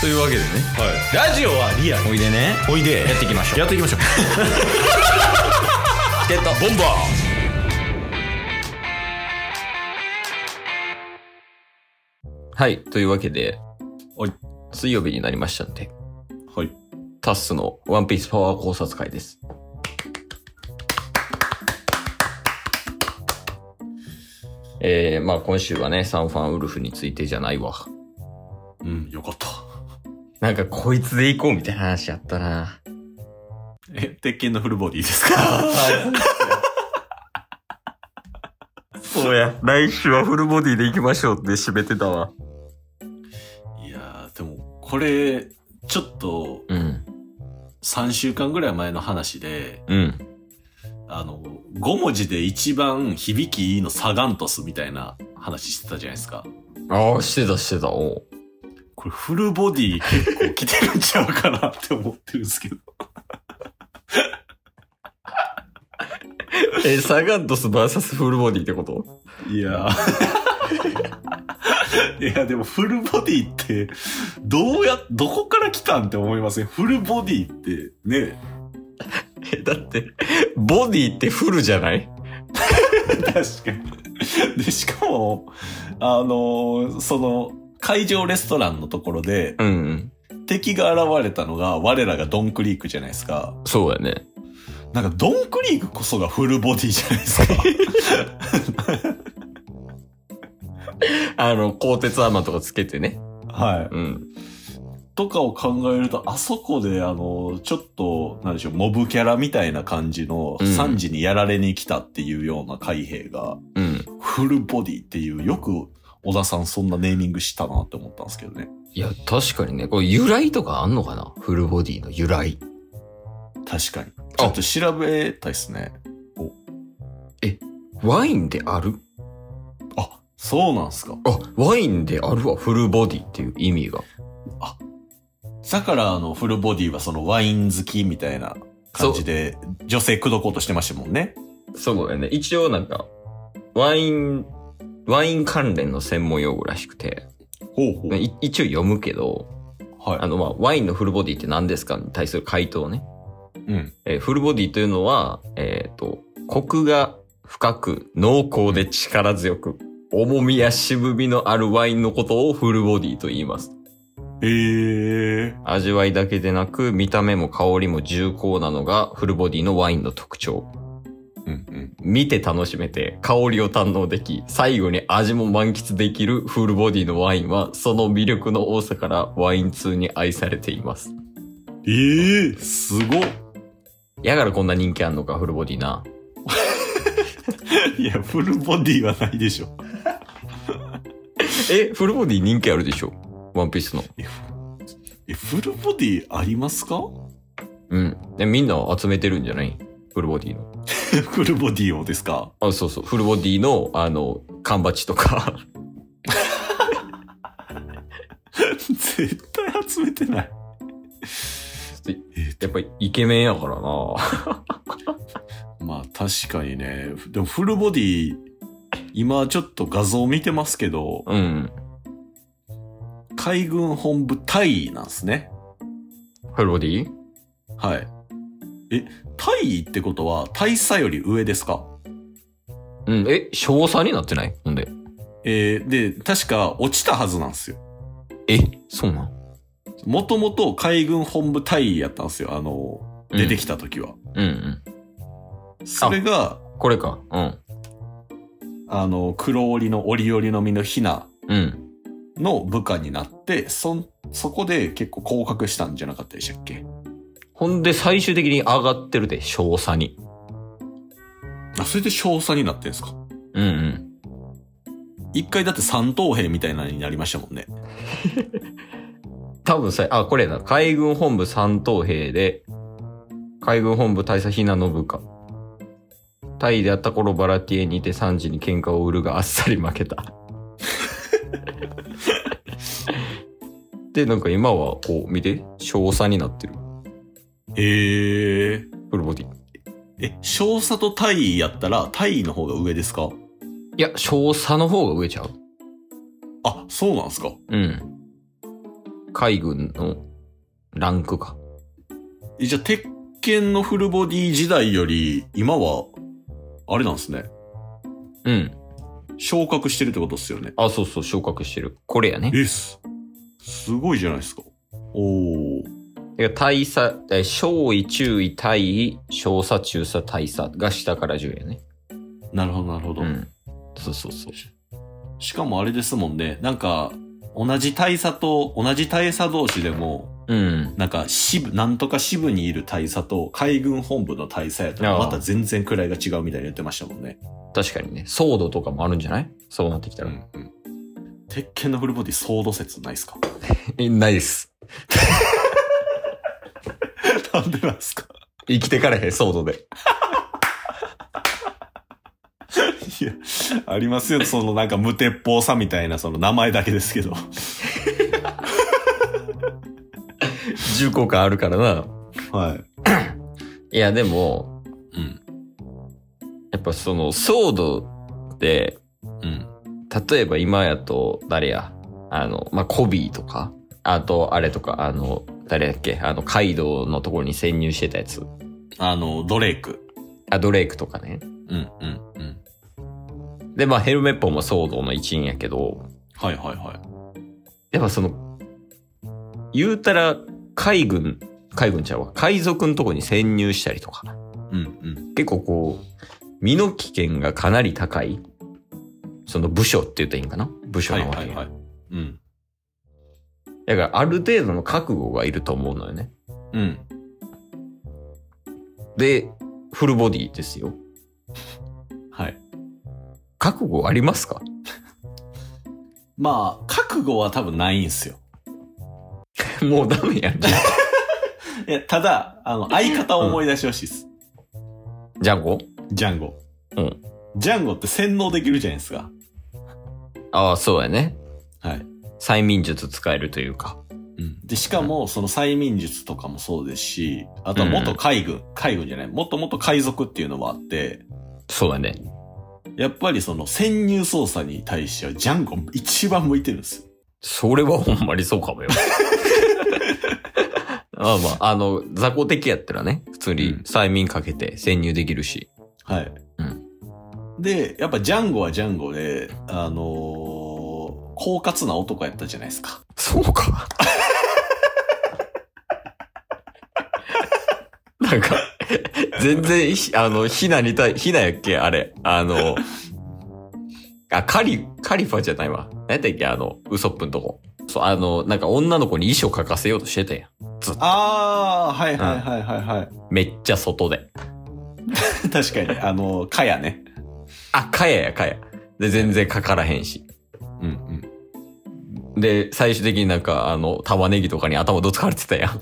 というわけでねラジオはリアルおいでねおいでやっていきましょうやっていきましょうチケットボンバーはいというわけではい水曜日になりましたんではいタッスのワンピースパワー考察会ですえー、まあ今週はねサンファンウルフについてじゃないわうんよかったなんかこいつで行こうみたいな話やったなえ鉄拳のフルボディですかそうや来週はフルボディで行きましょうって締めてたわ いやーでもこれちょっとうん3週間ぐらい前の話でうんあの5文字で一番響きいいのサガントスみたいな話してたじゃないですかああしてたしてたおうこれフルボディ結構来てるんちゃうかなって思ってるんですけどえ、サガントス VS フルボディってこと いやー いやでもフルボディってどうやどこから来たんって思いませんフルボディってねえ、だって、ボディってフルじゃない確かにでしかもあのーその会場レストランのところでうんうん。敵が現れたのが我らがドンクリークじゃないですかそうやね。なんかドンクリークこそがフルボディじゃないですかあの、鋼鉄アーマーとかつけてね。はいうん。とかを考えると、あそこで、あの、ちょっと、なんでしょう、モブキャラみたいな感じの、うんサンジにやられに来たっていうような海兵が、うん。フルボディっていう、よく、小田さんそんなネーミングしたなって思ったんですけどね。いや、確かにね、これ由来とかあんのかなフルボディの由来。確かに。ちょっと調べたいですね。ワインであるあ、そうなんすか。あ、ワインであるわ、フルボディっていう意味が。だから、あの、フルボディはそのワイン好きみたいな感じで、女性口説こうとしてましたもんね。そうやね。一応なんか、ワイン、ワイン関連の専門用語らしくて、ほうほい一応読むけど、はい。あの、まあ、ワインのフルボディって何ですかに対する回答ね。うん。えーフルボディというのは、えっ、と、コクが深く、濃厚で力強く、重みや渋みのあるワインのことをフルボディと言います。えー。味わいだけでなく、見た目も香りも重厚なのがフルボディのワインの特徴。うんうん。見て楽しめて、香りを堪能でき、最後に味も満喫できるフルボディのワインは、その魅力の多さからワイン通に愛されています。えー、すごっ。 やからこんな人気あんのか、フルボディな。いや、フルボディはないでしょ。え、フルボディ人気あるでしょワンピースの。え、フルボディありますか うん。で、みんな集めてるんじゃないフルボディの。フルボディをですか あ、そうそう。フルボディの、あの、缶バッチとか。絶対集めてない。やっぱりイケメンやからな。まあ確かにね。でもフルボディ、今ちょっと画像見てますけど、うん。海軍本部タイなんですね。フルボディはい。え、タイってことは、大佐より上ですかうん。え、小3になってないほんで。えーで、確か落ちたはずなんですよ。え、そうなんもともと海軍本部タイやったんですよ。あの、出てきた時は。うんうん。それが、これか。うん。あの、黒織の織織の実のヒナうん。の部下になって、そん、そこで結構降格したんじゃなかったでしたっけほんで最終的に上がってるで、小3に。あ、それで少佐になってんすかうんうん。一回だって三等兵みたいなのになりましたもんね。多分さ、あ、これやな。海軍本部三等兵で、海軍本部大佐ひなの部下。タイであった頃バラティエにて3時に喧嘩を売るがあっさり負けた。で、なんか今はこう見て、少佐になってる。へえ。フルボディ。え、少佐と大尉やったら、大尉の方が上ですかいや、少佐の方が上ちゃう。あ、そうなんすかうん。海軍のランクか。えじゃあ、鉄拳のフルボディ時代より、今は、あれなんですね。うん。昇格してるってことですよね。あ、そうそう、昇格してる。これやね。えっす。すごいじゃないですか。おお。だから大佐、え小位、中位、大位、小佐、中佐、大佐が下から順やね。なるほど、なるほど。うん。そうそうそう。しかもあれですもんね。なんか、同じ大佐と、同じ大佐同士でも、うん。なんか支部、なんとか支部にいる大佐と海軍本部の大佐やとああまた全然位が違うみたいに言ってましたもんね。確かにね。騒動とかもあるんじゃないそうなってきたら。うん。鉄拳のフルボディソード説ないですかえ、 ないです。なんでなんですか生きてからへん、騒動で。いや、ありますよ。そのなんか無鉄砲さみたいな、その名前だけですけど。重厚感あるからな。はいや、でも、い。うん。やっぱその、騒動って、うん。例えば今やと、誰や、あの、まあ、コビーとか、あと、あれとか、あの、誰だっけ、あの、カイドウのところに潜入してたやつ。あの、ドレイク。あ、ドレイクとかね。うん、うん、うん。で、まあ、ヘルメッポンも騒動の一員やけど、はいはいはい。やっぱその、言うたら、海軍、海軍ちゃうわ、海賊のとこに潜入したりとか、うん、うん。結構こう、身の危険がかなり高い、その部署って言ったらいいんかな部署はないわけ、はいはい。うん。だから、ある程度の覚悟がいると思うのよね。うん。で、フルボディですよ。はい。覚悟ありますか まあ、覚悟は多分ないんすよ。もうダメやん。いや、ただ、あの、相方を思い出してほしいです。ジャンゴジャンゴ。うん。ジャンゴって洗脳できるじゃないですか。ああ、そうやね。はい。催眠術使えるというか。うん。で、しかも、その催眠術とかもそうですし、あとは元海軍、海軍じゃない、元々海賊っていうのもあって、そうやね。やっぱりその潜入捜査に対してはジャンゴ一番向いてるんですよ。それはほんまにそうか もよ。まあまあ、あの、雑魚的やったらね、普通にうん催眠かけて潜入できるし。はい。うんで、やっぱジャンゴはジャンゴで、あのー、狡猾な男やったじゃないですか。そうか。 なんか、全然ひ、あの、ヒナに対、ヒナやっけあれ。あの、あ、カリ、カリファじゃないわ。何やったっけあの、ウソップんとこ。そう、あの、なんか女の子に衣装書かせようとしてたやん。ああ、はいはいはいはいはい。 めっちゃ外で。確かに、あの、かやね。あ、かややかや。で、全然かからへんし。うんうん。で、最終的になんか、あの、玉ねぎとかに頭どつかれてたや ん。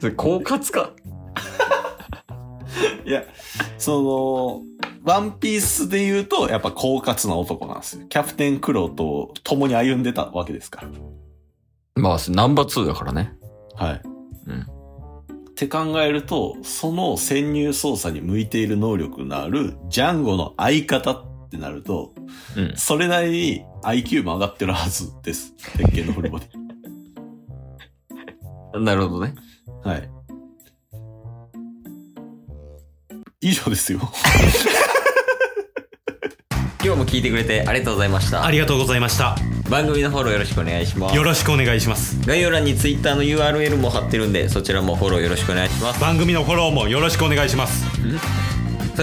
それ、狡猾か。いや、その、ワンピースで言うと、やっぱ狡猾な男なんですよ。キャプテンクロウと共に歩んでたわけですから。まあ、ナンバー2だからね。はい。うん。って考えると、その潜入捜査に向いている能力のあるジャンゴの相方ってなると、うん。それなりに IQ も上がってるはずです。鉄拳のフルボ ディ。なるほどね。はい。以上ですよ。今日も聞いてくれてありがとうございました。ありがとうございました番組のフォローよろしくお願いしますよ。ろしくお願いします概要欄に Twitter の URL も貼ってるんで、そちらもフォローよろしくお願いします。番組のフォローもよろしくお願いしますそ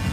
す